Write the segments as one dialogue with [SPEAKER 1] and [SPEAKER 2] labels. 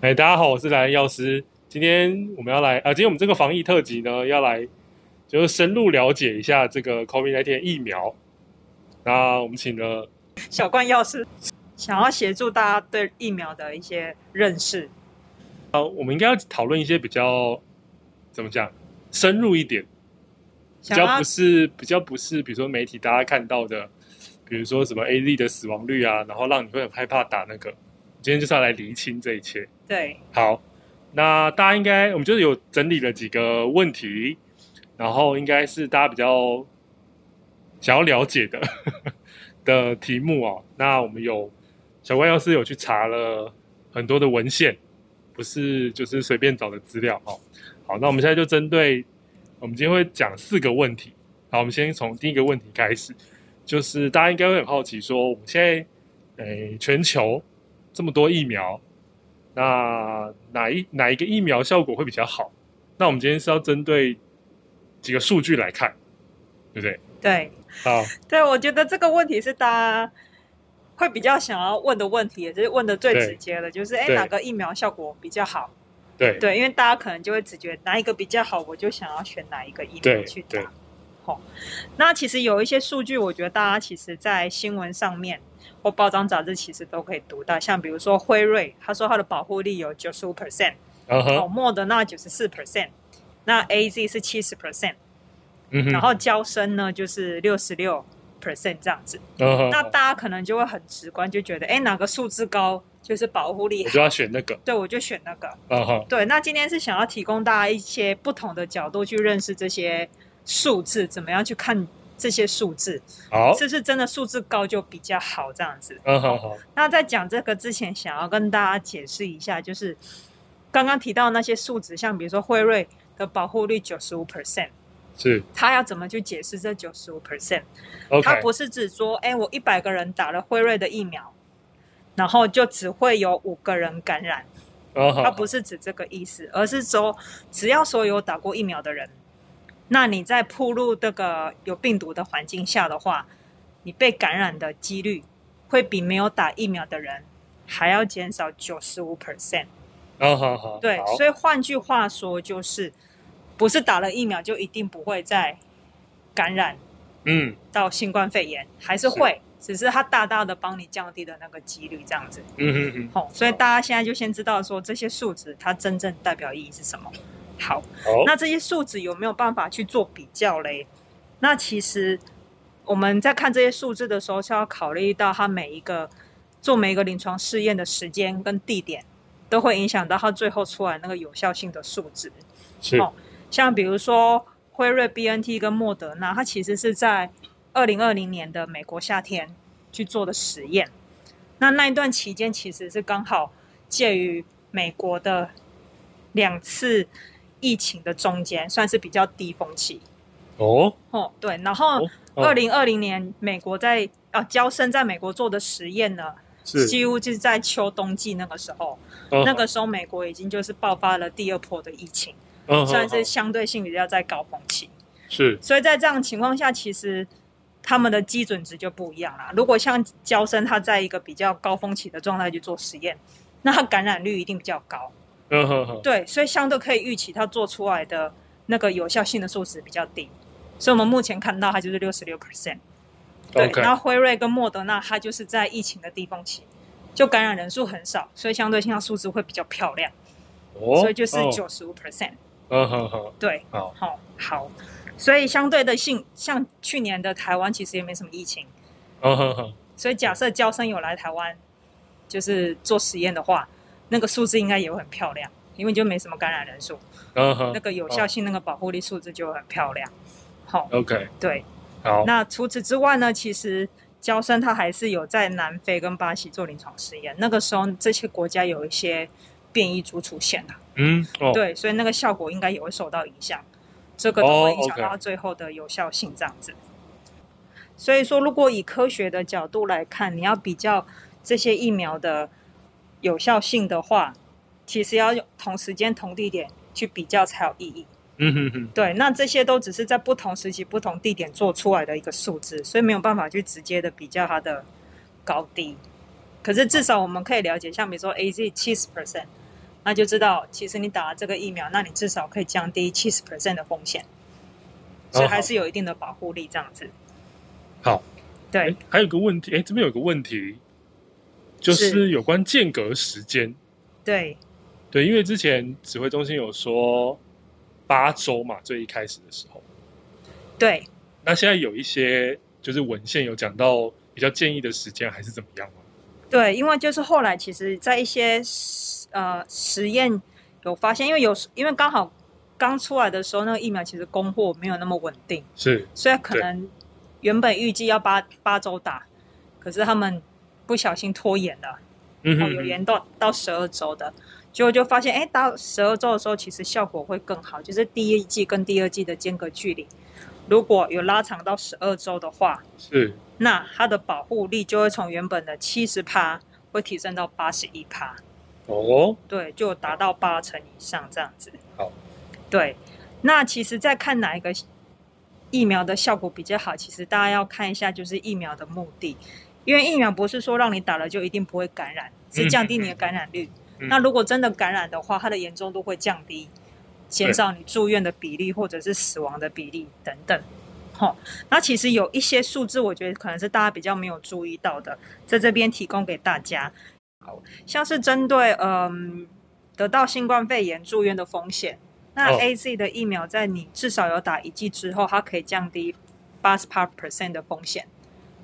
[SPEAKER 1] 哎，大家好，我是莱恩药师。今天我们要来啊、今天我们这个防疫特辑呢，要来就是深入了解一下这个 COVID-19 疫苗。那我们请了
[SPEAKER 2] 小冠药师想要协助大家对疫苗的一些认识。
[SPEAKER 1] 啊，我们应该要讨论一些比较怎么讲深入一点，比
[SPEAKER 2] 想
[SPEAKER 1] 较
[SPEAKER 2] 要
[SPEAKER 1] 不是比较不是，比如说媒体大家看到的，比如说什么 A Z 的死亡率啊，然后让你会很害怕打那个。今天就是要来厘清这一切。
[SPEAKER 2] 对，
[SPEAKER 1] 好，那大家应该我们就是有整理了几个问题，然后应该是大家比较想要了解的 的题目哦。那我们有小怪药师有去查了很多的文献，不是就是随便找的资料哦。好，那我们现在就针对我们今天会讲四个问题。好，我们先从第一个问题开始，就是大家应该会很好奇说，我们现在诶全球这么多疫苗，那哪一哪一个疫苗效果会比较好？那我们今天是要针对几个数据来看，对不对？
[SPEAKER 2] 对，
[SPEAKER 1] 好，
[SPEAKER 2] 对，我觉得这个问题是大家会比较想要问的问题，也就是问的最
[SPEAKER 1] 对
[SPEAKER 2] 直接的，就是哎
[SPEAKER 1] 对
[SPEAKER 2] 哪个疫苗效果比较好？
[SPEAKER 1] 对
[SPEAKER 2] 对，因为大家可能就会只觉得哪一个比较好，我就想要选哪一个疫苗
[SPEAKER 1] 对
[SPEAKER 2] 去打
[SPEAKER 1] 对。
[SPEAKER 2] 哦，那其实有一些数据，我觉得大家其实在新闻上面或报章杂志其实都可以读到，像比如说辉瑞，他说它的保护力有九十五 percent。
[SPEAKER 1] 嗯
[SPEAKER 2] 哦，
[SPEAKER 1] 哼，
[SPEAKER 2] 莫德纳九十四 percent，那 A Z 是七十 percent，
[SPEAKER 1] 嗯哼，
[SPEAKER 2] 然后交生呢就是六十六 percent 这样子。
[SPEAKER 1] 嗯哼，
[SPEAKER 2] 那大家可能就会很直观就觉得，哎，哪个数字高就是保护力
[SPEAKER 1] 我
[SPEAKER 2] 好，
[SPEAKER 1] 就要选那个，
[SPEAKER 2] 对我就选那个。
[SPEAKER 1] 嗯哼，
[SPEAKER 2] 对，那今天是想要提供大家一些不同的角度去认识这些数字，怎么样去看这些数字，
[SPEAKER 1] 好，
[SPEAKER 2] 是不是真的数字高就比较好这样子？
[SPEAKER 1] 嗯哼，好，
[SPEAKER 2] 那在讲这个之前，想要跟大家解释一下，就是刚刚提到那些数值，像比如说辉瑞的保护率九十五 percent，
[SPEAKER 1] 是
[SPEAKER 2] 它要怎么去解释这九十五 percent？
[SPEAKER 1] OK，
[SPEAKER 2] 它不是只说，哎，我一百个人打了辉瑞的疫苗，然后就只会有五个人感染，
[SPEAKER 1] 嗯哼，
[SPEAKER 2] 它不是指这个意思，而是说只要所有打过疫苗的人，那你在铺入这个有病毒的环境下的话，你被感染的几率会比没有打疫苗的人还要减少九十五 percent。
[SPEAKER 1] 嗯哼，好，
[SPEAKER 2] 对，
[SPEAKER 1] 好
[SPEAKER 2] 所以换句话说就是，不是打了疫苗就一定不会再感染
[SPEAKER 1] 嗯
[SPEAKER 2] 到新冠肺炎，还
[SPEAKER 1] 是
[SPEAKER 2] 是会，只是它大大的帮你降低了那个几率这样子。
[SPEAKER 1] 嗯哼嗯
[SPEAKER 2] 哦，所以大家现在就先知道说这些数值它真正代表意义是什么。好，
[SPEAKER 1] 哼，好，
[SPEAKER 2] 那这些数值有没有办法去做比较嘞？那其实我们在看这些数字的时候，是要考虑到它每一个做每一个临床试验的时间跟地点，都会影响到它最后出来那个有效性的数值。
[SPEAKER 1] 是
[SPEAKER 2] 哦像比如说辉瑞、B N T 跟莫德纳，它其实是在二零二零年的美国夏天去做的实验。那那一段期间其实是刚好介于美国的两次疫情的中间，算是比较低峰期。
[SPEAKER 1] 哦，
[SPEAKER 2] 哦，对。然后
[SPEAKER 1] 哦
[SPEAKER 2] 二
[SPEAKER 1] 哦
[SPEAKER 2] 零二零年美国在啊，交生在美国做的实验呢，
[SPEAKER 1] 是哦嗯
[SPEAKER 2] 几乎就是在秋冬季那个时候，那个时候美国已经就是爆发了第二波的疫情。 算是相对性比较在高峰期，
[SPEAKER 1] 嗯是
[SPEAKER 2] 所以在这样的情况下，其实他们的基准值就不一样啦。如果像娇生，他在一个比较高峰期的状态去做实验，那他感染率一定比较高。
[SPEAKER 1] 嗯哼哼，
[SPEAKER 2] 对，所以相对可以预期他做出来的那个有效性的数值比较低。所以我们目前看到它就是六十六 percent。对
[SPEAKER 1] OK
[SPEAKER 2] 然后辉瑞跟莫德纳，它就是在疫情的低峰期，就感染人数很少，所以相对性它数值会比较漂亮，
[SPEAKER 1] 哦，
[SPEAKER 2] 所以就是
[SPEAKER 1] 哦，
[SPEAKER 2] 九十五 percent。
[SPEAKER 1] 嗯哼哼，
[SPEAKER 2] 对，
[SPEAKER 1] 好，
[SPEAKER 2] 好、好，所以相对的性，像去年的台湾其实也没什么疫情，
[SPEAKER 1] 嗯哼哼，
[SPEAKER 2] 所以假设交生有来台湾，就是做实验的话，那个数字应该也会很漂亮，因为就没什么感染人数，
[SPEAKER 1] 嗯哼
[SPEAKER 2] 那个有效性、那个保护力数字就会很漂亮。好、
[SPEAKER 1] ，OK，
[SPEAKER 2] 对。
[SPEAKER 1] 好，
[SPEAKER 2] 那除此之外呢，其实交生它还是有在南非跟巴西做临床实验，那个时候这些国家有一些变异株出现啊了。
[SPEAKER 1] 嗯，哦，
[SPEAKER 2] 对，所以那个效果应该也会受到影响，这个都
[SPEAKER 1] 哦
[SPEAKER 2] 会影响
[SPEAKER 1] ，OK
[SPEAKER 2] 到它最后的有效性这样子。所以说，如果以科学的角度来看，你要比较这些疫苗的有效性的话，其实要用同时间同地点去比较才有意义。
[SPEAKER 1] 嗯哼哼，
[SPEAKER 2] 对，那这些都只是在不同时期、不同地点做出来的一个数字，所以没有办法去直接的比较它的高低。可是至少我们可以了解，像比如说 A Z 七十 percent，那就知道其实你打了这个疫苗，那你至少可以降低七十 percent 的风险，所
[SPEAKER 1] 哦嗯
[SPEAKER 2] 以还是有一定的保护力这样子。
[SPEAKER 1] 好，哎
[SPEAKER 2] 对，，
[SPEAKER 1] 还有个问题，哎，这边有个问题，就是
[SPEAKER 2] 是
[SPEAKER 1] 有关间隔时间。
[SPEAKER 2] 对，
[SPEAKER 1] 对，因为之前指挥中心有说八周嘛，最一开始的时候，
[SPEAKER 2] 对，
[SPEAKER 1] 那现在有一些就是文献有讲到比较建议的时间还是怎么样吗？
[SPEAKER 2] 对，因为就是后来其实，在一些实呃实验有发现，因为有时因为刚好刚出来的时候，那个疫苗其实供货没有那么稳定，
[SPEAKER 1] 是
[SPEAKER 2] 所以可
[SPEAKER 1] 对
[SPEAKER 2] 能原本预计要八八周打，可是他们不小心拖延了，
[SPEAKER 1] 嗯
[SPEAKER 2] 哦，有
[SPEAKER 1] 哼
[SPEAKER 2] 延到到十二周的，结果就发现，哎，到十二周的时候，其实效果会更好，就是第一季跟第二季的间隔距离，如果有拉长到十二周的话，
[SPEAKER 1] 是
[SPEAKER 2] 那它的保护力就会从原本的七十趴会提升到八十一趴，
[SPEAKER 1] 哦，
[SPEAKER 2] 对，就达到八成以上这样子。
[SPEAKER 1] 好，
[SPEAKER 2] 对，那其实再看哪一个疫苗的效果比较好，其实大家要看一下就是疫苗的目的，因为疫苗不是说让你打了就一定不会感染，是降低你的感染率。
[SPEAKER 1] 嗯
[SPEAKER 2] 那如果真的感染的话，它的严重度会降低，减少你住院的比例或者是死亡的比例等等。好、那其实有一些数字，我觉得可能是大家比较没有注意到的，在这边提供给大家。好，像是针对嗯得到新冠肺炎住院的风险，那
[SPEAKER 1] 哦
[SPEAKER 2] A Z 的疫苗在你至少有打一剂之后，它可以降低八十八 percent 的风险。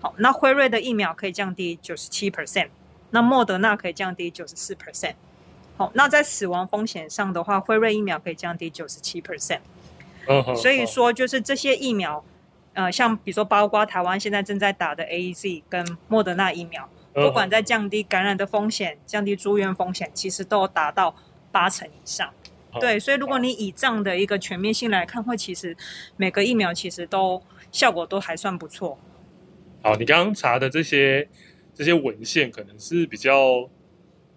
[SPEAKER 2] 好，那辉瑞的疫苗可以降低九十七 percent，那莫德纳可以降低九十四 percent。好，那在死亡风险上的话，辉瑞疫苗可以降低九十七 percent。
[SPEAKER 1] 嗯哼，
[SPEAKER 2] 所以说，就是这些疫苗，呃，像比如说包括台湾现在正在打的 A Z 跟莫德纳疫苗，
[SPEAKER 1] 嗯哼
[SPEAKER 2] 不管在降低感染的风险、降低住院风险，其实都有达到八成以上。
[SPEAKER 1] 好
[SPEAKER 2] 对，所以如果你以这样的一个全面性来看，会其实每个疫苗其实都效果都还算不错。
[SPEAKER 1] 好，你刚刚查的这些这些文献，可能是比较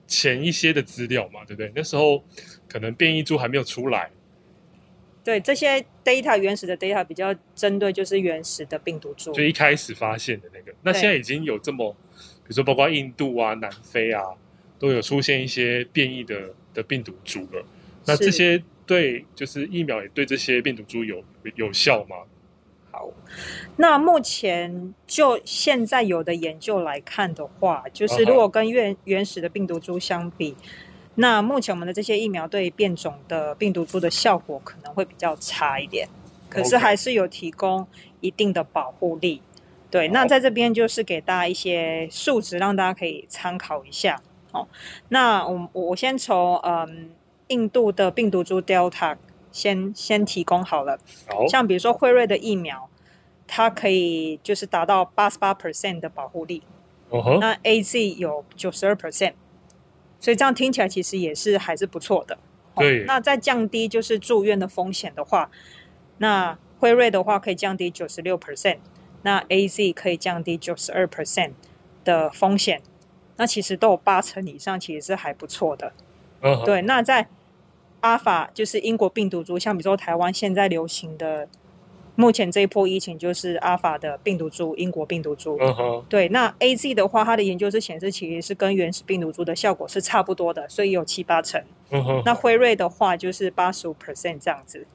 [SPEAKER 1] 前一些的资料嘛，对不对？那时候可能变异株还没有出来，
[SPEAKER 2] 对，这些 data 原始的 data 比较针对就是原始的病毒株
[SPEAKER 1] 就。一开始发现的那个。那
[SPEAKER 2] 对
[SPEAKER 1] 现在已经有这么，比如说包括印度啊、南非啊，都有出现一些变异的的病毒株了。那
[SPEAKER 2] 是
[SPEAKER 1] 这些对，就是疫苗也对这些病毒株有有效吗？
[SPEAKER 2] 好，那目前就现在有的研究来看的话，就是
[SPEAKER 1] 嗯哼
[SPEAKER 2] 如果跟原原始的病毒株相比，那目前我们的这些疫苗对变种的病毒株的效果可能会比较差一点，可是
[SPEAKER 1] OK
[SPEAKER 2] 还是有提供一定的保护力。对，那
[SPEAKER 1] 好
[SPEAKER 2] 在这边就是给大家一些数值，让大家可以参考一下。哦，那我我我先从嗯印度的病毒株 Delta 先先提供好了。
[SPEAKER 1] 好，
[SPEAKER 2] 像比如说辉瑞的疫苗，它可以就是达到八十八 percent 的保护力，
[SPEAKER 1] 嗯哼，
[SPEAKER 2] 那 A Z 有九十二 percent，所以这样听起来其实也是还是不错的。哦
[SPEAKER 1] 对
[SPEAKER 2] 那再降低就是住院的风险的话，那辉瑞的话可以降低九十六 percent，那 A Z 可以降低九十二 percent 的风险，那其实都有八成以上，其实是还不错的。
[SPEAKER 1] 嗯哼，
[SPEAKER 2] 对，那在阿法就是英国病毒株，像比如说台湾现在流行的，目前这一波疫情就是阿法的病毒株，英国病毒株。
[SPEAKER 1] 嗯哼，
[SPEAKER 2] 对，那 A Z 的话，它的研究是显示其实是跟原始病毒株的效果是差不多的，所以有七八成。
[SPEAKER 1] 嗯哼，
[SPEAKER 2] 那辉瑞的话就是八十五 percent 这样子，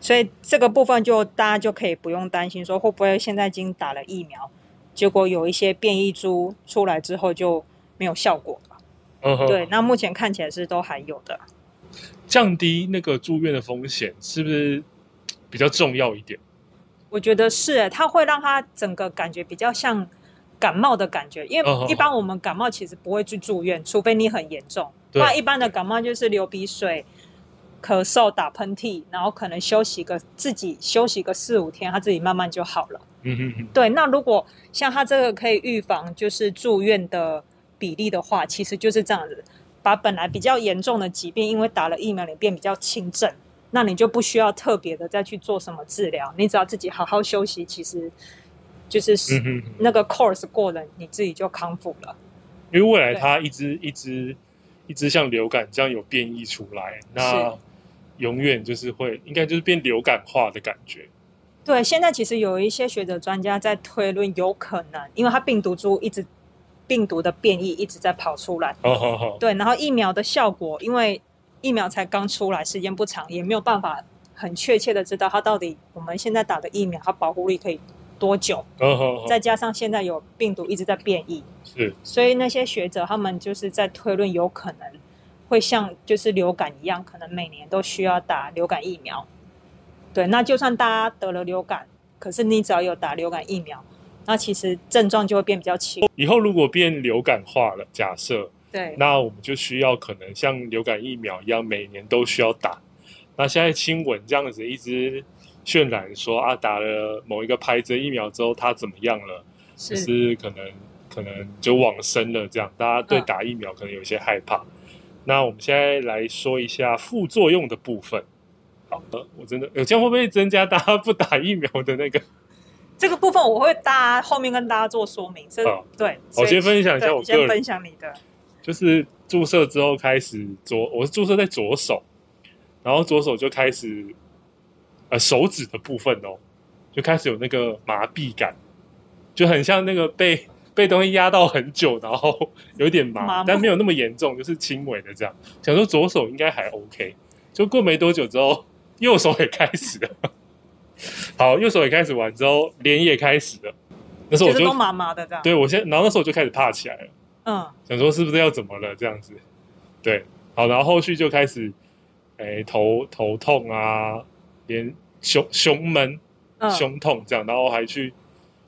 [SPEAKER 2] 所以这个部分就大家就可以不用担心说会不会现在已经打了疫苗，结果有一些变异株出来之后就没有效果嘛。
[SPEAKER 1] 嗯哼，
[SPEAKER 2] 对，，那目前看起来是都还有的。
[SPEAKER 1] 降低那个住院的风险是不是比较重要一点？
[SPEAKER 2] 我觉得是欸，它会让它整个感觉比较像感冒的感觉，因
[SPEAKER 1] 嗯嗯
[SPEAKER 2] 为
[SPEAKER 1] 嗯
[SPEAKER 2] 一般我们感冒其实不会去住院，除非你很严重。不
[SPEAKER 1] 对
[SPEAKER 2] 然一般的感冒就是流鼻水、咳嗽、打喷嚏，然后可能休息个自己休息个四五天，它自己慢慢就好了。
[SPEAKER 1] 嗯哼哼，
[SPEAKER 2] 对，那如果像它这个可以预防就是住院的比例的话，其实就是这样子，把本来比较严重的疾病，因为打了疫苗，你变比较轻症，那你就不需要特别的再去做什么治疗，你只要自己好好休息，其实就是
[SPEAKER 1] 嗯哼哼。
[SPEAKER 2] 那个 course 过了，你自己就康复了。
[SPEAKER 1] 因为未来
[SPEAKER 2] 对
[SPEAKER 1] 它一直一直一直像流感这样有变异出来，那永远就是会应该就是变流感化的感觉。
[SPEAKER 2] 对，现在其实有一些学者专家在推论，有可能因为它病毒株一直。病毒的变异一直在跑出来。
[SPEAKER 1] 哦好好好，
[SPEAKER 2] 对，然后疫苗的效果，因为疫苗才刚出来，时间不长，也没有办法很确切的知道它到底我们现在打的疫苗它保护力可以多久。
[SPEAKER 1] 好好好，
[SPEAKER 2] 再加上现在有病毒一直在变异，
[SPEAKER 1] 哦是
[SPEAKER 2] 所以那些学者他们就是在推论，有可能会像就是流感一样，可能每年都需要打流感疫苗。对，那就算大家得了流感，可是你只要有打流感疫苗，那其实症状就会变比较轻。
[SPEAKER 1] 以后如果变流感化了，假设
[SPEAKER 2] 对，
[SPEAKER 1] 那我们就需要可能像流感疫苗一样，每年都需要打。那现在新闻这样子一直渲染说啊，打了某一个牌子的疫苗之后，它怎么样了？就是是可能可能就往生了这样，大家对
[SPEAKER 2] 嗯
[SPEAKER 1] 打疫苗可能有一些害怕。那我们现在来说一下副作用的部分。好的，我真的，有这样会不会增加大家不打疫苗的那个？
[SPEAKER 2] 这个部分我会搭后面跟大家做说明。这、
[SPEAKER 1] 好
[SPEAKER 2] 对，
[SPEAKER 1] 我
[SPEAKER 2] 所以
[SPEAKER 1] 先分享一下
[SPEAKER 2] 对
[SPEAKER 1] 我
[SPEAKER 2] 你先
[SPEAKER 1] 个人
[SPEAKER 2] 分享你的，
[SPEAKER 1] 就是注射之后开始左，我是注射在左手，然后左手就开始，呃，手指的部分哦，就开始有那个麻痹感，就很像那个被被东西压到很久，然后 有点麻，
[SPEAKER 2] 麻木
[SPEAKER 1] 但没有那么严重，就是轻微的这样。想说左手应该还 OK，就过没多久之后，右手也开始了。 好，右手也开始玩之后，脸也开始了。那时候我
[SPEAKER 2] 就是
[SPEAKER 1] 就
[SPEAKER 2] 都麻麻的这样。
[SPEAKER 1] 对我现在，然后那时候我就开始怕起来了。
[SPEAKER 2] 嗯，
[SPEAKER 1] 想说是不是要怎么了这样子，对，好，然后后续就开始，哎，头头痛啊，连胸胸闷、
[SPEAKER 2] 嗯
[SPEAKER 1] 胸痛这样，然后还去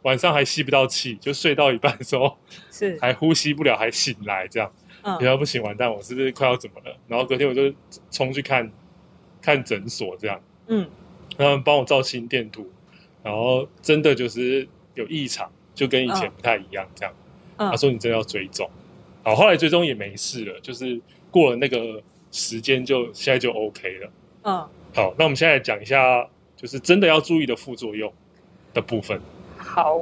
[SPEAKER 1] 晚上还吸不到气，就睡到一半的时候
[SPEAKER 2] 是，
[SPEAKER 1] 还呼吸不了，还醒来这样，
[SPEAKER 2] 嗯
[SPEAKER 1] 觉得不行，完蛋，我是不是快要怎么了？然后隔天我就冲去看看诊所这样，
[SPEAKER 2] 嗯，
[SPEAKER 1] 他们帮我照心电图，然后真的就是有异常，就跟以前不太一样这样。
[SPEAKER 2] 嗯
[SPEAKER 1] 他说你真的要追踪，好，后来追踪也没事了，就是过了那个时间就现在就 OK 了。
[SPEAKER 2] 嗯，
[SPEAKER 1] 好，那我们现在讲一下，就是真的要注意的副作用的部分。
[SPEAKER 2] 好。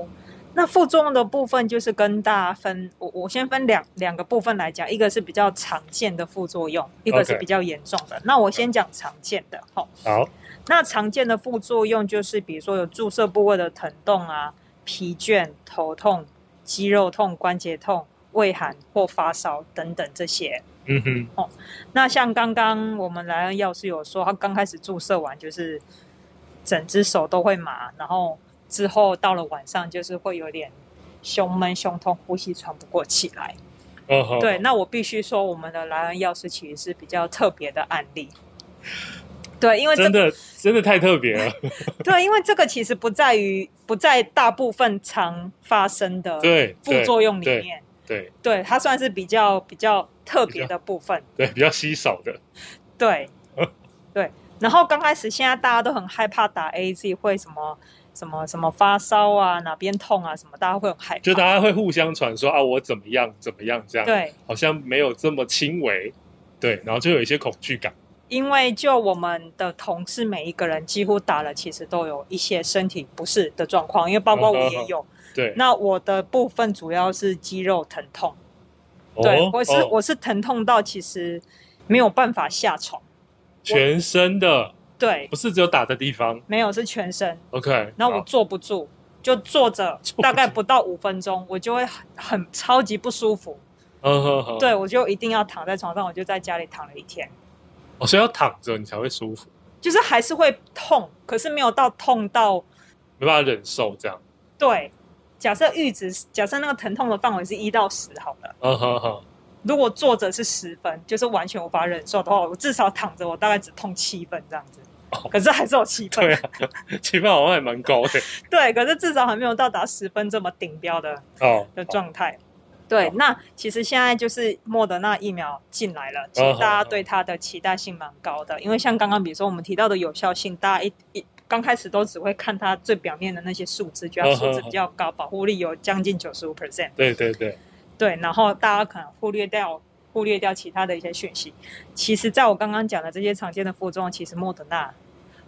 [SPEAKER 2] 那副作用的部分就是跟大家分，我我先分两两个部分来讲，一个是比较常见的副作用，一个是
[SPEAKER 1] OK
[SPEAKER 2] 比较严重的。那我先讲常见的，好、
[SPEAKER 1] 好，
[SPEAKER 2] 那常见的副作用就是，比如说有注射部位的疼痛啊、疲倦、头痛、肌肉痛、关节痛、畏寒或发烧等等这些。
[SPEAKER 1] 嗯哼，
[SPEAKER 2] 那像刚刚我们莱恩药师有说，他刚开始注射完就是整只手都会麻，然后之后到了晚上就是会有点胸闷、胸痛、呼吸喘不过气来。
[SPEAKER 1] 嗯哼，
[SPEAKER 2] 对，那我必须说，我们的莱恩药师其实是比较特别的案例。对，因为这嗯
[SPEAKER 1] 真的真的太特别了，
[SPEAKER 2] 对，因为这个其实不在于不在大部分常发生的
[SPEAKER 1] 对，
[SPEAKER 2] 副作用里
[SPEAKER 1] 对
[SPEAKER 2] 面，
[SPEAKER 1] 对
[SPEAKER 2] 对它算是比较比较特别
[SPEAKER 1] 比
[SPEAKER 2] 的部分，
[SPEAKER 1] 对，比较稀少的，
[SPEAKER 2] 对对。然后刚开始，现在大家都很害怕打 A Z 会什么什么什么发烧啊，哪边痛啊什么，大家会很害怕，
[SPEAKER 1] 就大家会互相传说啊，我怎么样怎么样这样，
[SPEAKER 2] 对，
[SPEAKER 1] 好像没有这么轻微，对，然后就有一些恐惧感。
[SPEAKER 2] 因为就我们的同事每一个人几乎打了，其实都有一些身体不适的状况，因为包括我也有。
[SPEAKER 1] 哦对，
[SPEAKER 2] 那我的部分主要是肌肉疼痛。对
[SPEAKER 1] 哦，，
[SPEAKER 2] 我是、
[SPEAKER 1] 哦
[SPEAKER 2] 我是疼痛到其实没有办法下床，
[SPEAKER 1] 全身的，
[SPEAKER 2] 对，
[SPEAKER 1] 不是只有打的地方。
[SPEAKER 2] 没有是全身，
[SPEAKER 1] OK，
[SPEAKER 2] 然后我
[SPEAKER 1] 好
[SPEAKER 2] 坐不住，就坐着
[SPEAKER 1] 坐不住
[SPEAKER 2] 大概不到五分钟，我就会很很超级不舒服，
[SPEAKER 1] 嗯哼哼，
[SPEAKER 2] 对我就一定要躺在床上，我就在家里躺了一天，
[SPEAKER 1] 哦，所以要躺着你才会舒服，
[SPEAKER 2] 就是还是会痛，可是没有到痛到
[SPEAKER 1] 没办法忍受这样。
[SPEAKER 2] 对。假设阈值，假设那个疼痛的范围是一到十好了。
[SPEAKER 1] 嗯哼哼，
[SPEAKER 2] 如果坐着是十分，就是完全无法忍受的话，我至少躺着，我大概只痛七分这样子。
[SPEAKER 1] 哦
[SPEAKER 2] 可是还是有七分。
[SPEAKER 1] 对啊， 气氛好像还蛮高的。
[SPEAKER 2] 对，可是至少还没有到达十分这么顶标的
[SPEAKER 1] 哦，
[SPEAKER 2] 的状态。对，那其实现在就是莫德纳疫苗进来了，其实大家对它的期待性蛮高的，因为像刚刚比如说我们提到的有效性，大家一一刚开始都只会看它最表面的那些数字，觉得它数字比较高，保护力有将近九十五 percent。
[SPEAKER 1] 对对对，
[SPEAKER 2] 对，然后大家可能忽略掉忽略掉其他的一些讯息。其实，在我刚刚讲的这些常见的副作用，其实莫德纳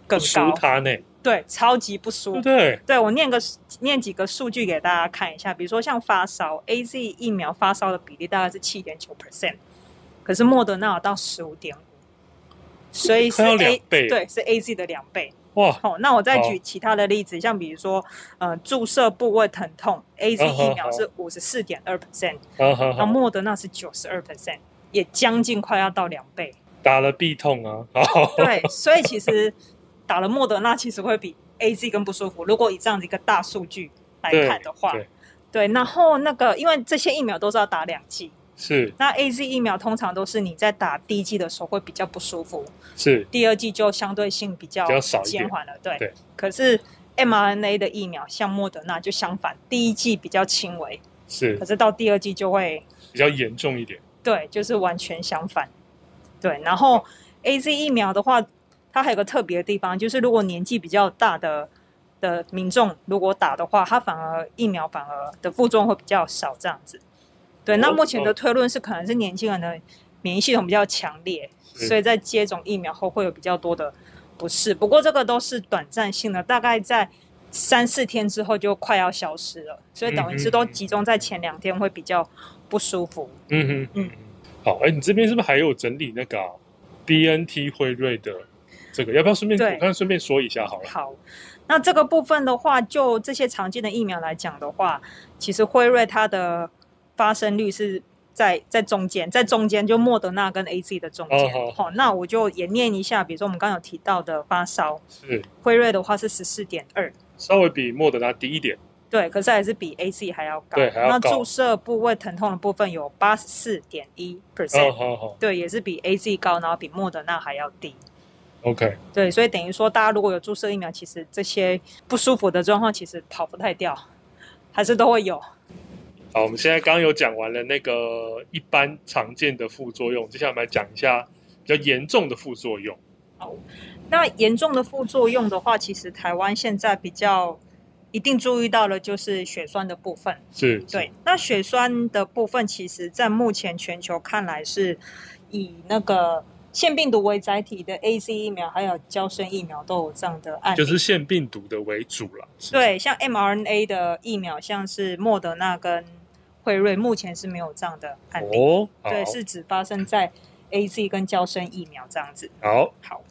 [SPEAKER 2] 更
[SPEAKER 1] 不输
[SPEAKER 2] 高，
[SPEAKER 1] 他呢，
[SPEAKER 2] 对，超级不舒
[SPEAKER 1] 对
[SPEAKER 2] 服
[SPEAKER 1] 不。对？
[SPEAKER 2] 对我念个念几个数据给大家看一下，比如说像发烧，A Z 疫苗发烧的比例大概是七点九 percent，可是莫德纳有到十五点五，所以是
[SPEAKER 1] 快要两
[SPEAKER 2] A
[SPEAKER 1] 倍
[SPEAKER 2] 对是 A Z 的两倍，
[SPEAKER 1] 哇，
[SPEAKER 2] 哦，那我再
[SPEAKER 1] 好
[SPEAKER 2] 举其他的例子，像比如说，
[SPEAKER 1] 哦
[SPEAKER 2] 呃，注射部位疼痛，A Z
[SPEAKER 1] 嗯哼
[SPEAKER 2] 疫苗是五十四点二 percent，
[SPEAKER 1] 好好
[SPEAKER 2] 那
[SPEAKER 1] 好，
[SPEAKER 2] 莫德纳是九十二 percent，也将近快要到两倍。
[SPEAKER 1] 打了必痛啊，好，
[SPEAKER 2] 对，所以其实打了莫德纳其实会比 A Z 更不舒服。如果以这样的一个大数据来
[SPEAKER 1] 对
[SPEAKER 2] 看的话，
[SPEAKER 1] 对
[SPEAKER 2] 对，然后那个因为这些疫苗都是要打两剂，
[SPEAKER 1] 是
[SPEAKER 2] 那 A Z 疫苗通常都是你在打第一剂的时候会比较不舒服，
[SPEAKER 1] 是，
[SPEAKER 2] 第二剂就相对性比较
[SPEAKER 1] 比较少一点
[SPEAKER 2] 减缓了。对，
[SPEAKER 1] 对
[SPEAKER 2] 可是 mRNA 的疫苗像莫德纳就相反，第一剂比较轻微，
[SPEAKER 1] 是
[SPEAKER 2] 可是到第二剂就会
[SPEAKER 1] 比较严重一点，
[SPEAKER 2] 对，就是完全相反。对，然后
[SPEAKER 1] 嗯
[SPEAKER 2] A Z 疫苗的话，它还有个特别的地方，就是如果年纪比较大的的民众如果打的话，它反而疫苗反而的副作用会比较少，这样子。对，那
[SPEAKER 1] 哦
[SPEAKER 2] 目前的
[SPEAKER 1] 哦
[SPEAKER 2] 推论是，可能是年轻人的免疫系统比较强烈，
[SPEAKER 1] 是
[SPEAKER 2] 所以在接种疫苗后会有比较多的不适。不过这个都是短暂性的，大概在三四天之后就快要消失了，所以等于是都
[SPEAKER 1] 嗯嗯嗯
[SPEAKER 2] 集中在前两天会比较不舒服。
[SPEAKER 1] 嗯哼，嗯，
[SPEAKER 2] 嗯
[SPEAKER 1] 好，哎，你这边是不是还有整理那个啊 BNT 辉瑞的这个？要不要顺便
[SPEAKER 2] 对
[SPEAKER 1] 我看顺便说一下好了？
[SPEAKER 2] 好，那这个部分的话，就这些常见的疫苗来讲的话，其实辉瑞它的发生率是在在中间，在中间就莫德纳跟 A Z 的中间。
[SPEAKER 1] 哦
[SPEAKER 2] 好、那我就也念一下，比如说我们刚刚有提到的发烧，
[SPEAKER 1] 是
[SPEAKER 2] 辉瑞的话是十四点二，
[SPEAKER 1] 稍微比莫德纳低一点，
[SPEAKER 2] 对，可是还是比 A Z 还要高。
[SPEAKER 1] 对还要
[SPEAKER 2] 那
[SPEAKER 1] 高
[SPEAKER 2] 注射部位疼痛的部分有八十四点一
[SPEAKER 1] 哦，
[SPEAKER 2] percent，
[SPEAKER 1] 好好
[SPEAKER 2] 对，也是比 A Z 高，然后比莫德纳还要低。
[SPEAKER 1] ，OK，
[SPEAKER 2] 对，所以等于说，大家如果有注射疫苗，其实这些不舒服的状况其实跑不太掉，还是都会有。
[SPEAKER 1] 好，我们现在刚刚有讲完了那个一般常见的副作用，接下来我们来讲一下比较严重的副作用。
[SPEAKER 2] 那严重的副作用的话，其实台湾现在比较一定注意到了，就是血栓的部分。
[SPEAKER 1] 是，
[SPEAKER 2] 对，那血栓的部分，其实在目前全球看来是以那个腺病毒为载体的 A C 疫苗，还有胶生疫苗都有这样的案例。
[SPEAKER 1] 就是腺病毒的为主了。是不是，
[SPEAKER 2] 对，像 mRNA 的疫苗，像是莫德纳跟辉瑞，目前是没有这样的案例。
[SPEAKER 1] 哦，好
[SPEAKER 2] 对，是只发生在 A Z 跟胶生疫苗这样子。
[SPEAKER 1] 好，
[SPEAKER 2] 好，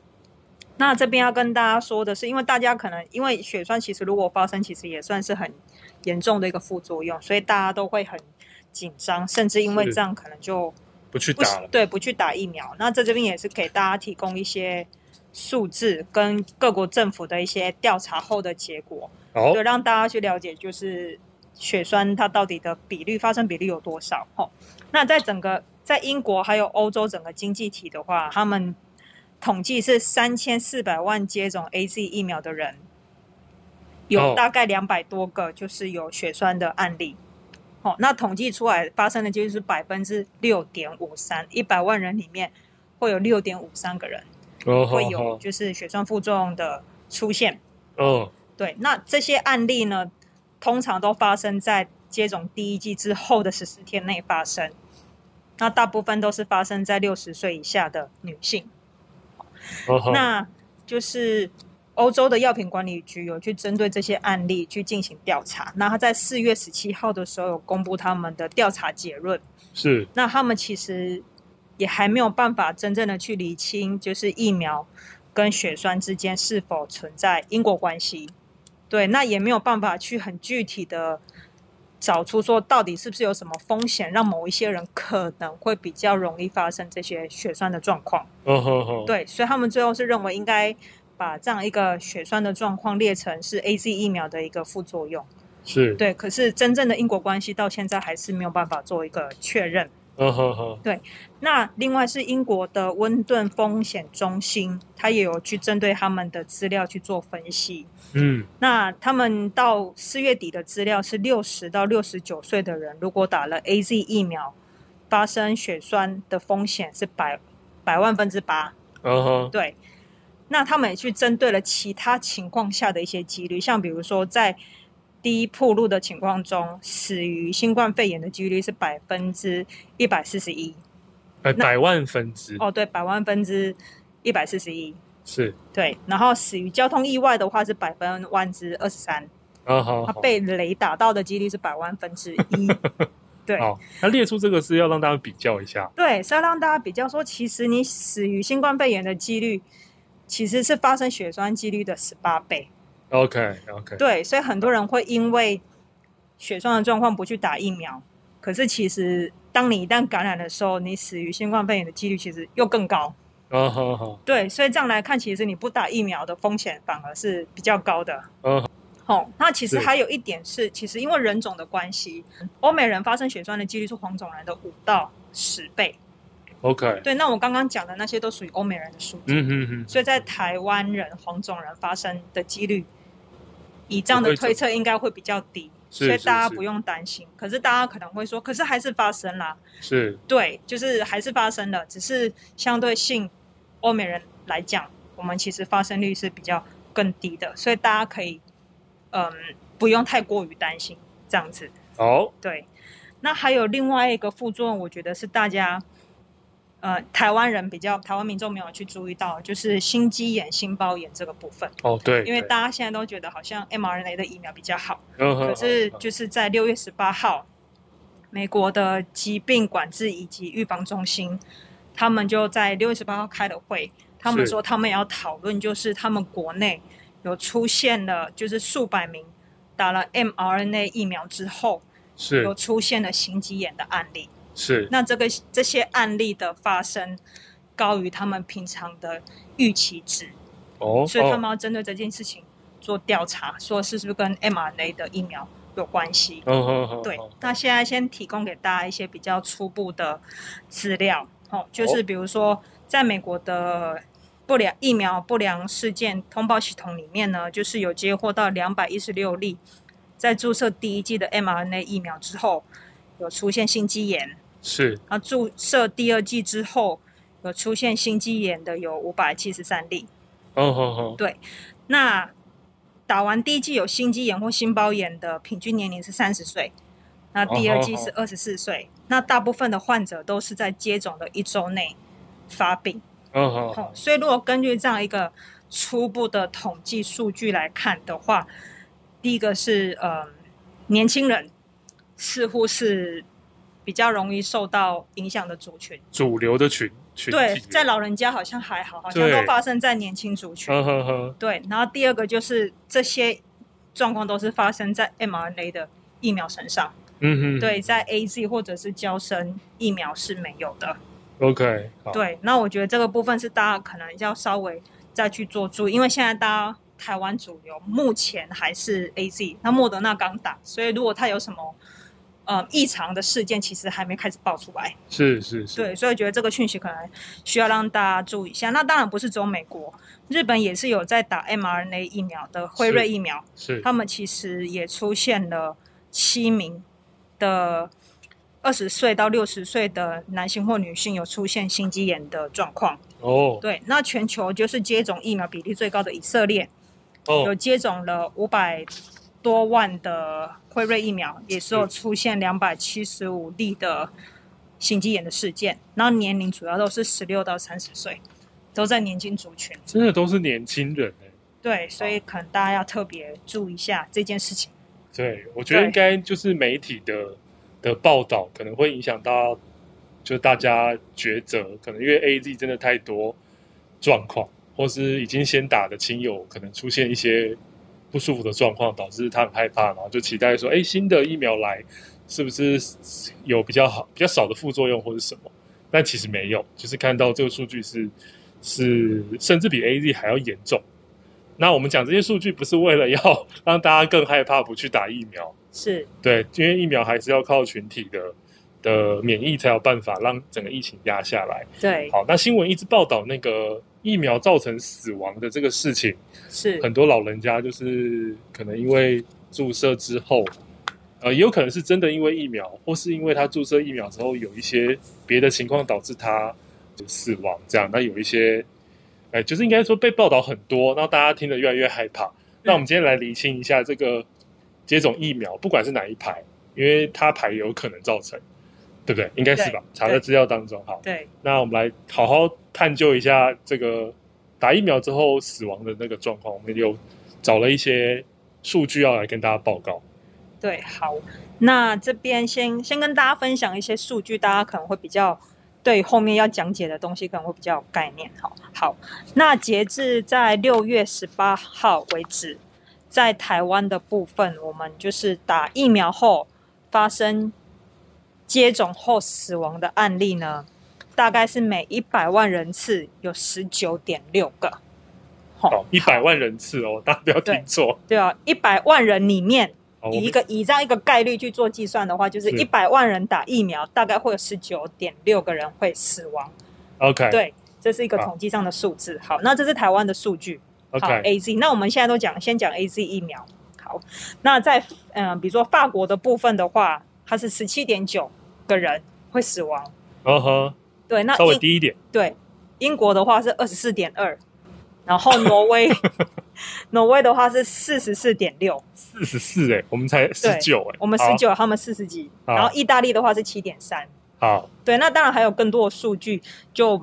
[SPEAKER 2] 那这边要跟大家说的是，因为大家可能因为血栓其实如果发生，其实也算是很严重的一个副作用，所以大家都会很紧张，甚至因为
[SPEAKER 1] 是
[SPEAKER 2] 这样可能就
[SPEAKER 1] 不去
[SPEAKER 2] 不
[SPEAKER 1] 打了。
[SPEAKER 2] 对不去打疫苗。那在这边也是给大家提供一些数字跟各国政府的一些调查后的结果，
[SPEAKER 1] 好
[SPEAKER 2] 对，，让大家去了解就是血栓它到底的比率发生比率有多少。吼、那在整个在英国还有欧洲整个经济体的话，他们统计是三千四百万接种 A Z 疫苗的人，有
[SPEAKER 1] 哦
[SPEAKER 2] 大概两百多个就是有血栓的案例。哦，那统计出来发生的就是百分之六点五三，一百万人里面会有六点五三个人
[SPEAKER 1] 哦，
[SPEAKER 2] 会
[SPEAKER 1] 好
[SPEAKER 2] 有
[SPEAKER 1] 好，
[SPEAKER 2] 就是血栓副作用的出现。
[SPEAKER 1] 嗯，
[SPEAKER 2] 对，那这些案例呢，通常都发生在接种第一剂之后的十四天内发生。那大部分都是发生在六十岁以下的女性。
[SPEAKER 1] 哦好好，
[SPEAKER 2] 那就是欧洲的药品管理局有去针对这些案例去进行调查。那他在四月十七号的时候有公布他们的调查结论。
[SPEAKER 1] 是
[SPEAKER 2] 那他们其实也还没有办法真正的去厘清，就是疫苗跟血栓之间是否存在因果关系。对，那也没有办法去很具体的找出说到底是不是有什么风险，让某一些人可能会比较容易发生这些血栓的状况。
[SPEAKER 1] 哦，好好，
[SPEAKER 2] 对，所以他们最后是认为应该把这样一个血栓的状况列成是 A Z 疫苗的一个副作用。
[SPEAKER 1] 是，哦
[SPEAKER 2] 对，可是真正的因果关系到现在还是没有办法做一个确认。
[SPEAKER 1] 嗯，好好，
[SPEAKER 2] 那另外是英国的温顿风险中心，它也有去针对他们的资料去做分析。
[SPEAKER 1] 嗯，
[SPEAKER 2] 那他们到四月底的资料是六十到六十九岁的人，如果打了 A Z 疫苗，发生血栓的风险是百百万分之八。
[SPEAKER 1] 嗯哼，
[SPEAKER 2] 对，那他们也去针对了其他情况下的一些几率，像比如说在低铺路的情况中，死于新冠肺炎的几率是百分之一百四十一。
[SPEAKER 1] 哎，百万分之
[SPEAKER 2] 哦，对，百万分之一百四十一，
[SPEAKER 1] 是，
[SPEAKER 2] 对。然后死于交通意外的话是百分万之二十三，
[SPEAKER 1] 啊，好，
[SPEAKER 2] 他
[SPEAKER 1] 好，
[SPEAKER 2] 被雷打到的几率是百万分之 一。对
[SPEAKER 1] 好，那列出这个是要让大家比较一下，
[SPEAKER 2] 对，是要让大家比较说，其实你死于新冠肺炎的几率其实是发生血栓几率的十八倍。
[SPEAKER 1] OK OK，
[SPEAKER 2] 对，所以很多人会因为血栓的状况不去打疫苗，可是其实当你一旦感染的时候，你死于新冠肺炎的几率其实又更高。
[SPEAKER 1] 嗯好好，
[SPEAKER 2] 对，所以这样来看，其实你不打疫苗的风险反而是比较高的。
[SPEAKER 1] 嗯，
[SPEAKER 2] 哦，那其实
[SPEAKER 1] 是
[SPEAKER 2] 还有一点是，其实因为人种的关系，欧美人发生血栓的几率是黄种人的五到十倍。
[SPEAKER 1] OK，
[SPEAKER 2] 对，那我刚刚讲的那些都属于欧美人的数字，
[SPEAKER 1] 嗯哼哼，
[SPEAKER 2] 所以在台湾人黄种人发生的几率，以这样的推测应该会比较低，
[SPEAKER 1] 是
[SPEAKER 2] 所以
[SPEAKER 1] 是
[SPEAKER 2] 大家
[SPEAKER 1] 是
[SPEAKER 2] 不用担心。可是大家可能会说，可是还是发生啦，
[SPEAKER 1] 是
[SPEAKER 2] 对，就是还是发生了，只是相对性欧美人来讲，我们其实发生率是比较更低的，所以大家可以嗯不用太过于担心这样子。
[SPEAKER 1] 好，
[SPEAKER 2] 对，那还有另外一个副作用，我觉得是大家呃台湾人比较台湾民众没有去注意到，就是心肌炎、心包炎这个部分，
[SPEAKER 1] 哦对，
[SPEAKER 2] 因为
[SPEAKER 1] 对
[SPEAKER 2] 大家现在都觉得好像 mRNA 的疫苗比较好，
[SPEAKER 1] 嗯哼
[SPEAKER 2] 可是
[SPEAKER 1] 好好
[SPEAKER 2] 就是在六月十八号，美国的疾病管制以及预防中心，他们就在六月十八号开了会，他们
[SPEAKER 1] 是
[SPEAKER 2] 说他们也要讨论，就是他们国内有出现了就是数百名打了 mRNA 疫苗之后。
[SPEAKER 1] 是
[SPEAKER 2] 有出现了心肌炎的案例。
[SPEAKER 1] 是
[SPEAKER 2] 那这个这些案例的发生高于他们平常的预期值，
[SPEAKER 1] 哦，
[SPEAKER 2] 所以他
[SPEAKER 1] 哦
[SPEAKER 2] 们要针对这件事情做调查，说是不是跟 mRNA 的疫苗有关系。
[SPEAKER 1] 嗯哼哼，
[SPEAKER 2] 对
[SPEAKER 1] 好，
[SPEAKER 2] 那现在先提供给大家一些比较初步的资料，哦，就是比如说，在美国的不良疫苗不良事件通报系统里面呢，就是有接获到两百一十六例，在注射第一剂的 mRNA 疫苗之后，有出现心肌炎，
[SPEAKER 1] 是
[SPEAKER 2] 那注射第二剂之后，有出现心肌炎的有五百七十三例，
[SPEAKER 1] 嗯哼哼，
[SPEAKER 2] 那打完第一剂有心肌炎或心包炎的平均年龄是三十岁，那第二剂是二十四岁。那大部分的患者都是在接种的一周内发病。
[SPEAKER 1] 嗯哼
[SPEAKER 2] 哦
[SPEAKER 1] 哼，
[SPEAKER 2] 所以如果根据这样一个初步的统计数据来看的话，第一个是呃，年轻人似乎是比较容易受到影响的族群。
[SPEAKER 1] 主流的群群
[SPEAKER 2] 对
[SPEAKER 1] 体，
[SPEAKER 2] 在老人家好像还好，好像
[SPEAKER 1] 对
[SPEAKER 2] 都发生在年轻族群。
[SPEAKER 1] 嗯哼哼，
[SPEAKER 2] 对，然后第二个就是这些状况都是发生在 mRNA 的疫苗身上，
[SPEAKER 1] 嗯哼，
[SPEAKER 2] 对，在 A Z 或者是胶生疫苗是没有的。
[SPEAKER 1] ，OK，好，
[SPEAKER 2] 对，那我觉得这个部分是大家可能要稍微再去做注意，因为现在大家台湾主流目前还是 A Z，那莫德纳刚打，所以如果它有什么呃异常的事件，其实还没开始爆出来。
[SPEAKER 1] 是是是，
[SPEAKER 2] 对，所以觉得这个讯息可能需要让大家注意一下。那当然不是只有美国，日本也是有在打 mRNA 疫苗的辉瑞疫苗，
[SPEAKER 1] 是
[SPEAKER 2] 他们其实也出现了七名的二十岁到六十岁的男性或女性有出现心肌炎的状况。
[SPEAKER 1] 哦
[SPEAKER 2] 对，那全球就是接种疫苗比例最高的以色列，有
[SPEAKER 1] 哦
[SPEAKER 2] 接种了五百多万的辉瑞疫苗，也是有出现两百七十五例的心肌炎的事件，然后年龄主要都是十六到三十岁，都在年轻族群。
[SPEAKER 1] 真的都是年轻人哎。
[SPEAKER 2] 对，所以可能大家要特别注意一下这件事情。
[SPEAKER 1] 对，我觉得
[SPEAKER 2] 对
[SPEAKER 1] 应该就是媒体的的报道可能会影响到，就大家抉择，可能因为 A Z 真的太多状况，或是已经先打的亲友可能出现一些不舒服的状况，导致他很害怕，然后就期待说，哎，新的疫苗来是不是有比较好、比较少的副作用或是什么？但其实没有，就是看到这个数据是是甚至比 A Z 还要严重。那我们讲这些数据，不是为了要让大家更害怕不去打疫苗，
[SPEAKER 2] 是
[SPEAKER 1] 对，因为疫苗还是要靠群体的的免疫才有办法让整个疫情压下来。
[SPEAKER 2] 对，
[SPEAKER 1] 好，那新闻一直报道那个疫苗造成死亡的这个事情，
[SPEAKER 2] 是
[SPEAKER 1] 很多老人家就是可能因为注射之后，呃，也有可能是真的因为疫苗，或是因为他注射疫苗之后有一些别的情况导致他死亡，这样那有一些，哎、就是应该说被报道很多，那大家听得越来越害怕。那我们今天来厘清一下这个接种疫苗，不管是哪一排，因为它排有可能造成，对不对？应该是吧？查在资料当中，好，
[SPEAKER 2] 对，
[SPEAKER 1] 那我们来好好探究一下这个打疫苗之后死亡的那个状况。我们有找了一些数据要来跟大家报告。
[SPEAKER 2] 对，好，那这边先先跟大家分享一些数据，大家可能会比较对后面要讲解的东西可能会比较有概念哈。好，那截至在六月十八号为止，在台湾的部分，我们就是打疫苗后发生接种后死亡的案例呢，大概是每一百万人次有十九点六个。好
[SPEAKER 1] 哦，一百万人次哦，大家不要听错
[SPEAKER 2] 对啊，一百万人里面
[SPEAKER 1] 哦。我
[SPEAKER 2] 以一
[SPEAKER 1] 们
[SPEAKER 2] 个以这样一个概率去做计算的话，就是
[SPEAKER 1] 是
[SPEAKER 2] 一百万人打疫苗，大概会有十九点六个人会死亡。
[SPEAKER 1] OK
[SPEAKER 2] 对，这是一个
[SPEAKER 1] 哎好
[SPEAKER 2] 统计上的数字。好，那这是台湾的数据。好
[SPEAKER 1] OK
[SPEAKER 2] ，A Z，那我们现在都讲，先讲 A Z 疫苗。好，那在嗯、呃比如说法国的部分的话，它是十七点九个人会死亡。
[SPEAKER 1] 嗯哼，
[SPEAKER 2] 对，那
[SPEAKER 1] 稍微
[SPEAKER 2] 英
[SPEAKER 1] 低一点。
[SPEAKER 2] 对，英国的话是二十四点二，然后挪 威挪威的话是四十四点六，
[SPEAKER 1] 四十四哎，我们才十九哎，
[SPEAKER 2] 我们
[SPEAKER 1] 好
[SPEAKER 2] 十九，他们四十几，
[SPEAKER 1] 好
[SPEAKER 2] 然后意大利的话是七点三。
[SPEAKER 1] 好，
[SPEAKER 2] 对，那当然还有更多的数据，就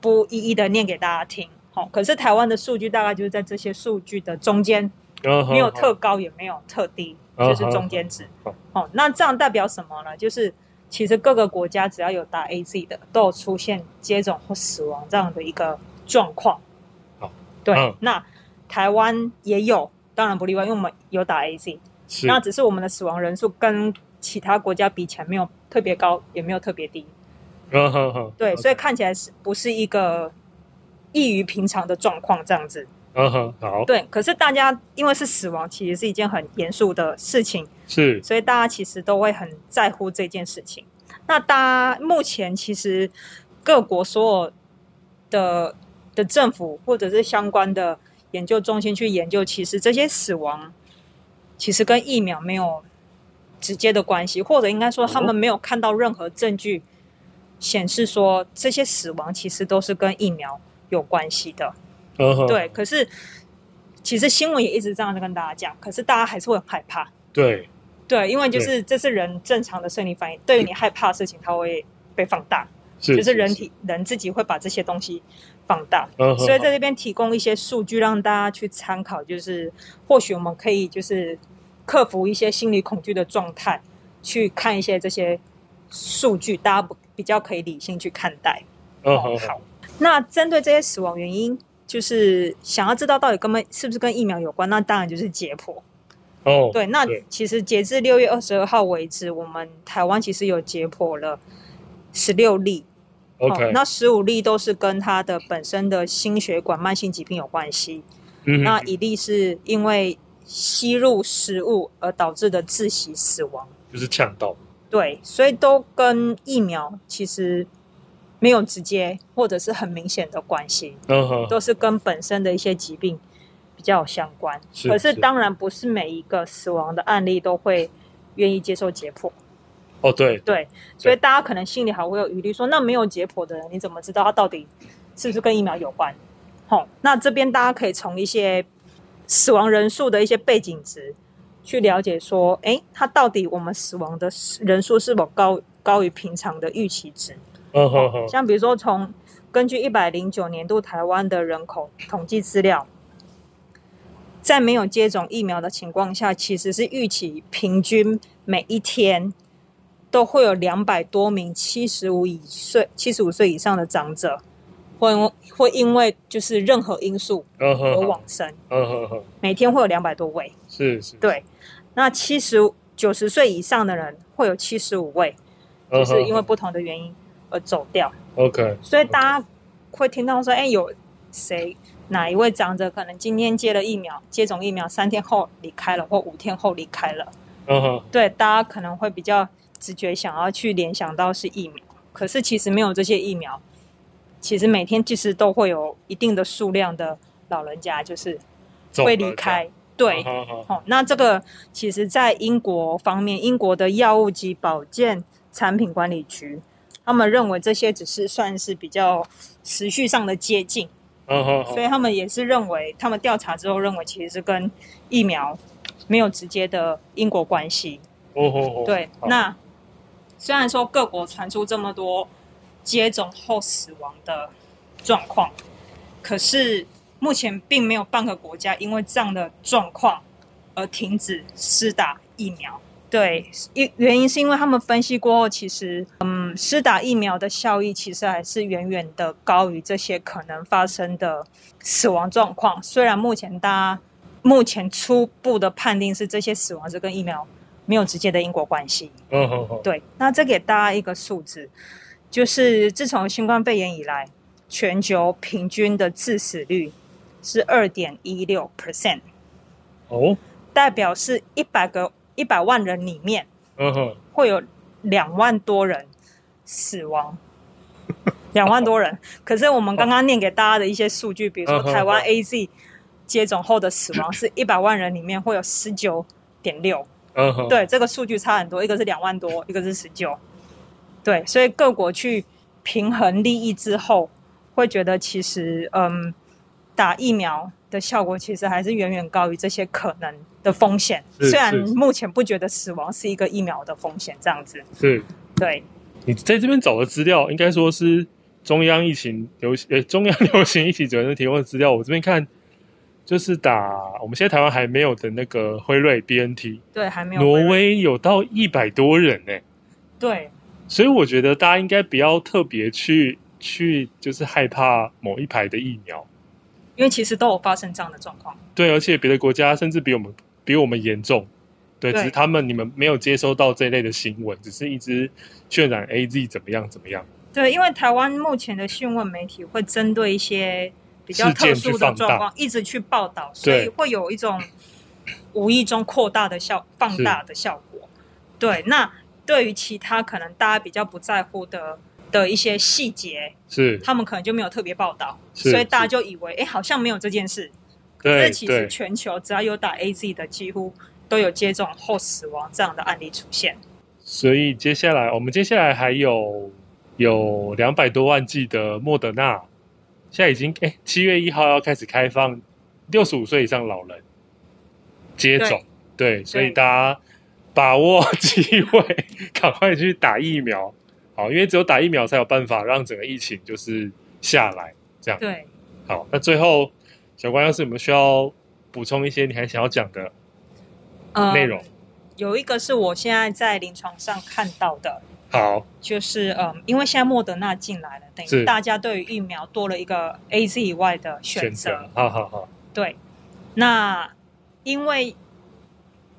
[SPEAKER 2] 不一一的念给大家听。好、可是台湾的数据大概就是在这些数据的中间，
[SPEAKER 1] 嗯哼
[SPEAKER 2] 没有特高也没有特低，
[SPEAKER 1] 嗯
[SPEAKER 2] 就是中间值
[SPEAKER 1] 好。
[SPEAKER 2] 哦，那这样代表什么呢？就是其实各个国家只要有打 A Z 的，都有出现接种或死亡这样的一个状况
[SPEAKER 1] 好。
[SPEAKER 2] 对，
[SPEAKER 1] 嗯
[SPEAKER 2] 那台湾也有，当然不例外，因为我们有打 A Z。
[SPEAKER 1] 是
[SPEAKER 2] 那只是我们的死亡人数跟其他国家比起来没有特别高，也没有特别低。
[SPEAKER 1] 嗯哼哼，
[SPEAKER 2] 对，所以看起来是不是一个异于平常的状况这样子？
[SPEAKER 1] 嗯哼好，
[SPEAKER 2] 对，可是大家因为是死亡，其实是一件很严肃的事情，
[SPEAKER 1] 是
[SPEAKER 2] 所以大家其实都会很在乎这件事情。那大家目前其实各国所有的的政府或者是相关的研究中心去研究，其实这些死亡其实跟疫苗没有直接的关系，或者应该说他们没有看到任何证据显示说这些死亡其实都是跟疫苗有关系的。
[SPEAKER 1] 嗯哼
[SPEAKER 2] 对，可是其实新闻也一直这样跟大家讲，可是大家还是会很害怕。
[SPEAKER 1] 对
[SPEAKER 2] 对，因为就是这是人正常的生理反应，对于你害怕的事情，它会被放大，
[SPEAKER 1] 是
[SPEAKER 2] 就是人体人自己会把这些东西放大。
[SPEAKER 1] 嗯哼
[SPEAKER 2] 所以在这边提供一些数据让大家去参考，就是或许我们可以就是克服一些心理恐惧的状态，去看一些这些数据，大家不比较可以理性去看待。
[SPEAKER 1] 嗯
[SPEAKER 2] 哦
[SPEAKER 1] 哼
[SPEAKER 2] 好那针对这些死亡原因，就是想要知道到底根本是不是跟疫苗有关，那当然就是解剖。
[SPEAKER 1] 哦
[SPEAKER 2] 对，那
[SPEAKER 1] 对
[SPEAKER 2] 其实截至六月二十二号为止，我们台湾其实有解剖了十六例
[SPEAKER 1] OK
[SPEAKER 2] 哦那十五例都是跟它的本身的心血管慢性疾病有关系，
[SPEAKER 1] 嗯哼
[SPEAKER 2] 那一例是因为吸入食物而导致的窒息死亡。
[SPEAKER 1] 就是呛到
[SPEAKER 2] 对，所以都跟疫苗其实没有直接或者是很明显的关系。
[SPEAKER 1] 嗯哼
[SPEAKER 2] 都是跟本身的一些疾病比较有相关。
[SPEAKER 1] 是
[SPEAKER 2] 可是
[SPEAKER 1] 是
[SPEAKER 2] 当然不是每一个死亡的案例都会愿意接受解剖，
[SPEAKER 1] 哦对
[SPEAKER 2] 对，所以大家可能心里还会有疑虑说，那没有解剖的人，你怎么知道他到底是不是跟疫苗有关？吼、那这边大家可以从一些死亡人数的一些背景值去了解说，诶，他到底我们死亡的人数是否高高于平常的预期值？
[SPEAKER 1] 嗯哼哼
[SPEAKER 2] 哦像比如说从根据一百零九年度台湾的人口统计资料，在没有接种疫苗的情况下，其实是预期平均每一天都会有两百多名七十五以岁七十五岁以上的长者，会因为会因为就是任何因素
[SPEAKER 1] 嗯哼
[SPEAKER 2] 而
[SPEAKER 1] 哼
[SPEAKER 2] 往生，
[SPEAKER 1] 嗯哼哼
[SPEAKER 2] 每天会有两百多位。
[SPEAKER 1] 是是
[SPEAKER 2] 对，那七十九十岁以上的人会有七十五位，
[SPEAKER 1] 嗯哼
[SPEAKER 2] 就是因为不同的原因而走掉。
[SPEAKER 1] OK
[SPEAKER 2] 所以大家会听到说，哎，有谁哪一位长者可能今天接了疫苗，接种疫苗三天后离开了，或五天后离开了，
[SPEAKER 1] 嗯哼
[SPEAKER 2] 对，大家可能会比较直觉想要去联想到是疫苗，可是其实没有这些疫苗，其实每天其实都会有一定的数量的老人家就是
[SPEAKER 1] 走
[SPEAKER 2] 会
[SPEAKER 1] 了
[SPEAKER 2] 离
[SPEAKER 1] 这
[SPEAKER 2] 开
[SPEAKER 1] 样，
[SPEAKER 2] 对，
[SPEAKER 1] 嗯哼哼
[SPEAKER 2] 哦，那这个其实，在英国方面，英国的药物及保健产品管理局，他们认为这些只是算是比较时序上的接近，
[SPEAKER 1] 嗯哼哼
[SPEAKER 2] 所以他们也是认为，他们调查之后认为，其实是跟疫苗没有直接的因果关系。
[SPEAKER 1] 哦吼吼
[SPEAKER 2] 对，
[SPEAKER 1] 好
[SPEAKER 2] 那虽然说各国传出这么多接种后死亡的状况，可是目前并没有半个国家因为这样的状况而停止施打疫苗。对，因原因是因为他们分析过后，其实嗯，施打疫苗的效益其实还是远远的高于这些可能发生的死亡状况。虽然目前大家目前初步的判定是这些死亡是跟疫苗没有直接的因果关系。
[SPEAKER 1] 嗯哼哼，
[SPEAKER 2] 对，那这给大家一个数字，就是自从新冠肺炎以来，全球平均的致死率是二点一六 percent，
[SPEAKER 1] 哦，
[SPEAKER 2] 代表是一百个一百万人里面
[SPEAKER 1] 嗯哼，
[SPEAKER 2] 会有两万多人死亡。两万多人，可是我们刚刚念给大家的一些数据，比如说台湾 A Z 接种后的死亡是一百万人里面会有十九点六，
[SPEAKER 1] 嗯哼，，
[SPEAKER 2] 对，这个数据差很多，一个是两万多，一个是十九。对，所以各国去平衡利益之后，会觉得其实，嗯，打疫苗的效果其实还是远远高于这些可能的风险。
[SPEAKER 1] 是
[SPEAKER 2] 虽然
[SPEAKER 1] 是
[SPEAKER 2] 目前不觉得死亡是一个疫苗的风险，这样子。
[SPEAKER 1] 是
[SPEAKER 2] 对，
[SPEAKER 1] 你在这边找的资料，应该说是中央疫情流行呃中央 流行疫情指挥中心提供的资料。我这边看就是打我们现在台湾还没有的那个辉瑞 BNT，
[SPEAKER 2] 对，还没有。
[SPEAKER 1] 挪。威有到一百多人呢、
[SPEAKER 2] 对，
[SPEAKER 1] 所以我觉得大家应该不要特别去去就是害怕某一排的疫苗，
[SPEAKER 2] 因为其实都有发生这样的状况。
[SPEAKER 1] 对，而且别的国家甚至比我们比我们严重，对，
[SPEAKER 2] 对
[SPEAKER 1] 只是他们你们没有接收到这类的新闻，只是一直渲染 A Z 怎么样怎么样，
[SPEAKER 2] 对，因为台湾目前的新闻媒体会针对一些比较
[SPEAKER 1] 事件
[SPEAKER 2] 特
[SPEAKER 1] 去
[SPEAKER 2] 殊的
[SPEAKER 1] 放
[SPEAKER 2] 状
[SPEAKER 1] 大
[SPEAKER 2] 况一直去报道，所以
[SPEAKER 1] 对
[SPEAKER 2] 会有一种无意中扩大的效放
[SPEAKER 1] 是
[SPEAKER 2] 大的效果。对，那对于其他可能大家比较不在乎的的一些细节，
[SPEAKER 1] 是
[SPEAKER 2] 他们可能就没有特别报道，
[SPEAKER 1] 是
[SPEAKER 2] 所以大家
[SPEAKER 1] 是
[SPEAKER 2] 就以为哎好像没有这件事，可
[SPEAKER 1] 对
[SPEAKER 2] 是其实
[SPEAKER 1] 对
[SPEAKER 2] 全球只要有打 A Z 的，几乎都有接种后死亡这样的案例出现。
[SPEAKER 1] 所以接下来我们接下来还有有两百多万剂的莫德纳，现在已经哎七月一号要开始开放六十五岁以上老人接种，对，所以大家把握机会， 赶快去打疫苗，好，因为只有打疫苗才有办法让整个疫情就是下来，这样
[SPEAKER 2] 对，
[SPEAKER 1] 好。那最后小关要是有没有需要补充一些你还想要讲的
[SPEAKER 2] 呃
[SPEAKER 1] 内容？
[SPEAKER 2] 有一个是我现在在临床上看到的，
[SPEAKER 1] 好，
[SPEAKER 2] 就是嗯，因为现在莫德纳进来了，等于
[SPEAKER 1] 是
[SPEAKER 2] 大家对于疫苗多了一个 A Z 以外的选择。
[SPEAKER 1] 选择，好好好，
[SPEAKER 2] 对，那因为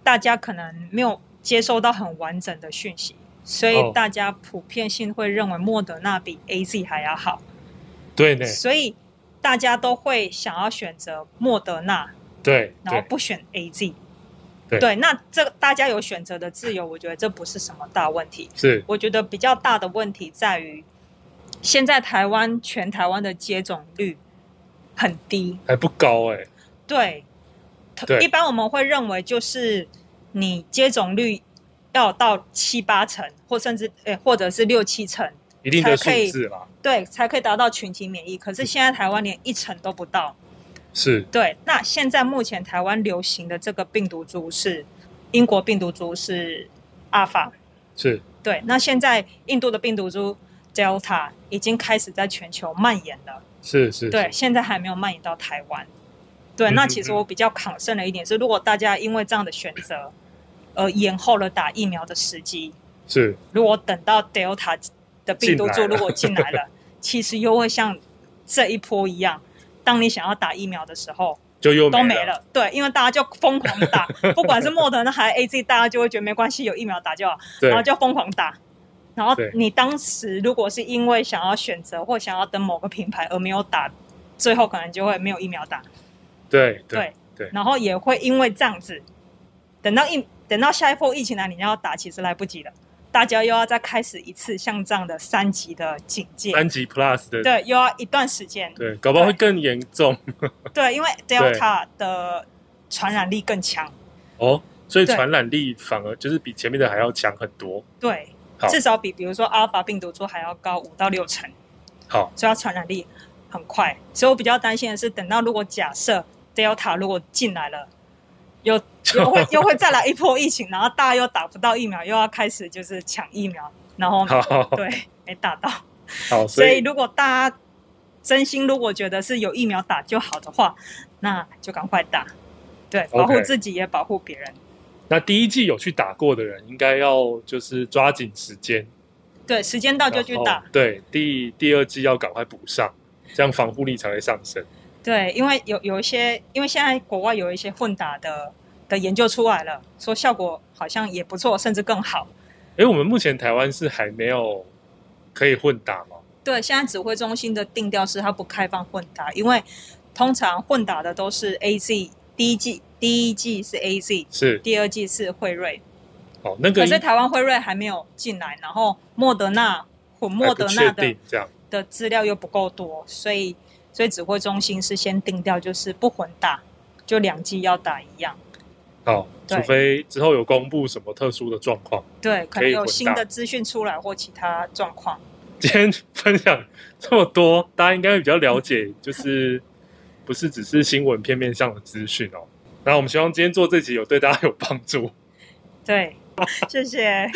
[SPEAKER 2] 大家可能没有接收到很完整的讯息，所以
[SPEAKER 1] 哦
[SPEAKER 2] 大家普遍性会认为莫德纳比 A Z 还要好，
[SPEAKER 1] 对呢，
[SPEAKER 2] 所以大家都会想要选择莫德纳，
[SPEAKER 1] 对
[SPEAKER 2] 然后
[SPEAKER 1] 对。
[SPEAKER 2] 不选 A Z。
[SPEAKER 1] 对
[SPEAKER 2] 那这个大家有选择的自由，我觉得这不是什么大问题。
[SPEAKER 1] 是
[SPEAKER 2] 我觉得比较大的问题在于，现在台湾全台湾的接种率很低。
[SPEAKER 1] 还不高哎、
[SPEAKER 2] 对，
[SPEAKER 1] 对
[SPEAKER 2] 一般我们会认为就是你接种率要到七八成，或甚至诶、或者是六七成，
[SPEAKER 1] 一定的数
[SPEAKER 2] 才可以
[SPEAKER 1] 字啦，
[SPEAKER 2] 对，才可以达到群体免疫。可是现在台湾连一成都不到。
[SPEAKER 1] 是
[SPEAKER 2] 对，那现在目前台湾流行的这个病毒株是英国病毒株是阿尔法，
[SPEAKER 1] 是，
[SPEAKER 2] 对，那现在印度的病毒株 Delta 已经开始在全球蔓延了，
[SPEAKER 1] 是是，
[SPEAKER 2] 对，
[SPEAKER 1] 是，
[SPEAKER 2] 现在还没有蔓延到台湾。对，
[SPEAKER 1] 嗯
[SPEAKER 2] 那
[SPEAKER 1] 嗯
[SPEAKER 2] 其实
[SPEAKER 1] 嗯
[SPEAKER 2] 我比较抗胜的一点是，如果大家因为这样的选择，而延后了打疫苗的时机，
[SPEAKER 1] 是
[SPEAKER 2] 如果等到 Delta 的病毒株
[SPEAKER 1] 进来了
[SPEAKER 2] 如果进 来了，其实又会像这一波一样，当你想要打疫苗的时候，
[SPEAKER 1] 就又
[SPEAKER 2] 都没
[SPEAKER 1] 了，
[SPEAKER 2] 了。对，因为大家就疯狂打，不管是莫德纳还是 A Z，大家就会觉得没关系，有疫苗打就好，
[SPEAKER 1] 对
[SPEAKER 2] 然后就疯狂打。然后
[SPEAKER 1] 对
[SPEAKER 2] 你当时如果是因为想要选择或想要等某个品牌而没有打，最后可能就会没有疫苗打。
[SPEAKER 1] 对
[SPEAKER 2] 对，
[SPEAKER 1] 对
[SPEAKER 2] 然后也会因为这样子，等到疫等到下一波疫情来，你要打其实来不及了。大家又要再开始一次像这样的三级的警戒，
[SPEAKER 1] 三级 Plus 的，
[SPEAKER 2] 对，又要一段时间，
[SPEAKER 1] 对，搞不好会更严重
[SPEAKER 2] 对，因为 Delta 的传染力更强，
[SPEAKER 1] 哦，所以
[SPEAKER 2] 对
[SPEAKER 1] 传染力反而就是比前面的还要强很多。
[SPEAKER 2] 对
[SPEAKER 1] 好，
[SPEAKER 2] 至少比比如说阿尔法病毒株还要高五到六成，
[SPEAKER 1] 好，
[SPEAKER 2] 所以它传染力很快。所以我比较担心的是，等到如果假设 Delta 如果进来了，又 又会又会再来一波疫情，然后大家又打不到疫苗，又要开始就是抢疫苗，然后
[SPEAKER 1] 好好
[SPEAKER 2] 对没打到。
[SPEAKER 1] 好，
[SPEAKER 2] 所
[SPEAKER 1] 所
[SPEAKER 2] 以
[SPEAKER 1] 以
[SPEAKER 2] 如果大家真心如果觉得是有疫苗打就好的话，那就赶快打，对，保护
[SPEAKER 1] OK
[SPEAKER 2] 自己也保护别人。
[SPEAKER 1] 那第一季有去打过的人，应该要就是抓紧时间，
[SPEAKER 2] 对，时间到就去打
[SPEAKER 1] 然后。对，第第二季要赶快补上，这样防护力才会上升。
[SPEAKER 2] 对，因为有有一些，因为现在国外有一些混打的的研究出来了，说效果好像也不错，甚至更好。
[SPEAKER 1] 诶，我们目前台湾是还没有可以混打吗？
[SPEAKER 2] 对，现在指挥中心的定调是它不开放混打，因为通常混打的都是 A Z 第一季，第一季是 A Z，
[SPEAKER 1] 是，
[SPEAKER 2] 第二季是辉瑞，
[SPEAKER 1] 哦，那个
[SPEAKER 2] 可
[SPEAKER 1] 应
[SPEAKER 2] 是台湾辉瑞还没有进来，然后莫德纳混
[SPEAKER 1] 还
[SPEAKER 2] 莫
[SPEAKER 1] 不
[SPEAKER 2] 德
[SPEAKER 1] 确
[SPEAKER 2] 纳的
[SPEAKER 1] 定这样。
[SPEAKER 2] 的资料又不够多，所以所以指挥中心是先定调就是不混打，就两剂要打一样。
[SPEAKER 1] 哦，除
[SPEAKER 2] 对
[SPEAKER 1] 非之后有公布什么特殊的状况。
[SPEAKER 2] 对，可
[SPEAKER 1] 可
[SPEAKER 2] 能
[SPEAKER 1] 以
[SPEAKER 2] 有
[SPEAKER 1] 混
[SPEAKER 2] 新
[SPEAKER 1] 搭
[SPEAKER 2] 的资讯出来或其他状况。
[SPEAKER 1] 今天分享这么多，大家应该会比较了解，就是 不是只是新闻片面上的资讯哦。那我们希望今天做这集有对大家有帮助。
[SPEAKER 2] 对，谢谢，